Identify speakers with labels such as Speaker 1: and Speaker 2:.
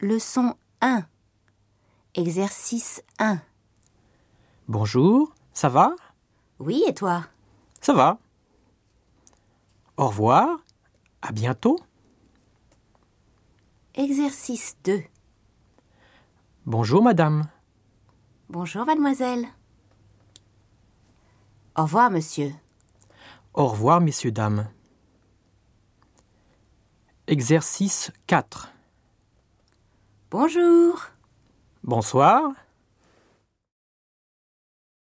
Speaker 1: Leçon 1. Exercice 1.
Speaker 2: Bonjour, ça va
Speaker 1: Oui, et toi
Speaker 2: Ça va. Au revoir, à bientôt.
Speaker 1: Exercice 2.
Speaker 2: Bonjour, madame.
Speaker 1: Bonjour, mademoiselle. Au revoir, monsieur.
Speaker 2: Au revoir, messieurs, dames. Exercice 4.
Speaker 1: Bonjour.
Speaker 2: Bonsoir.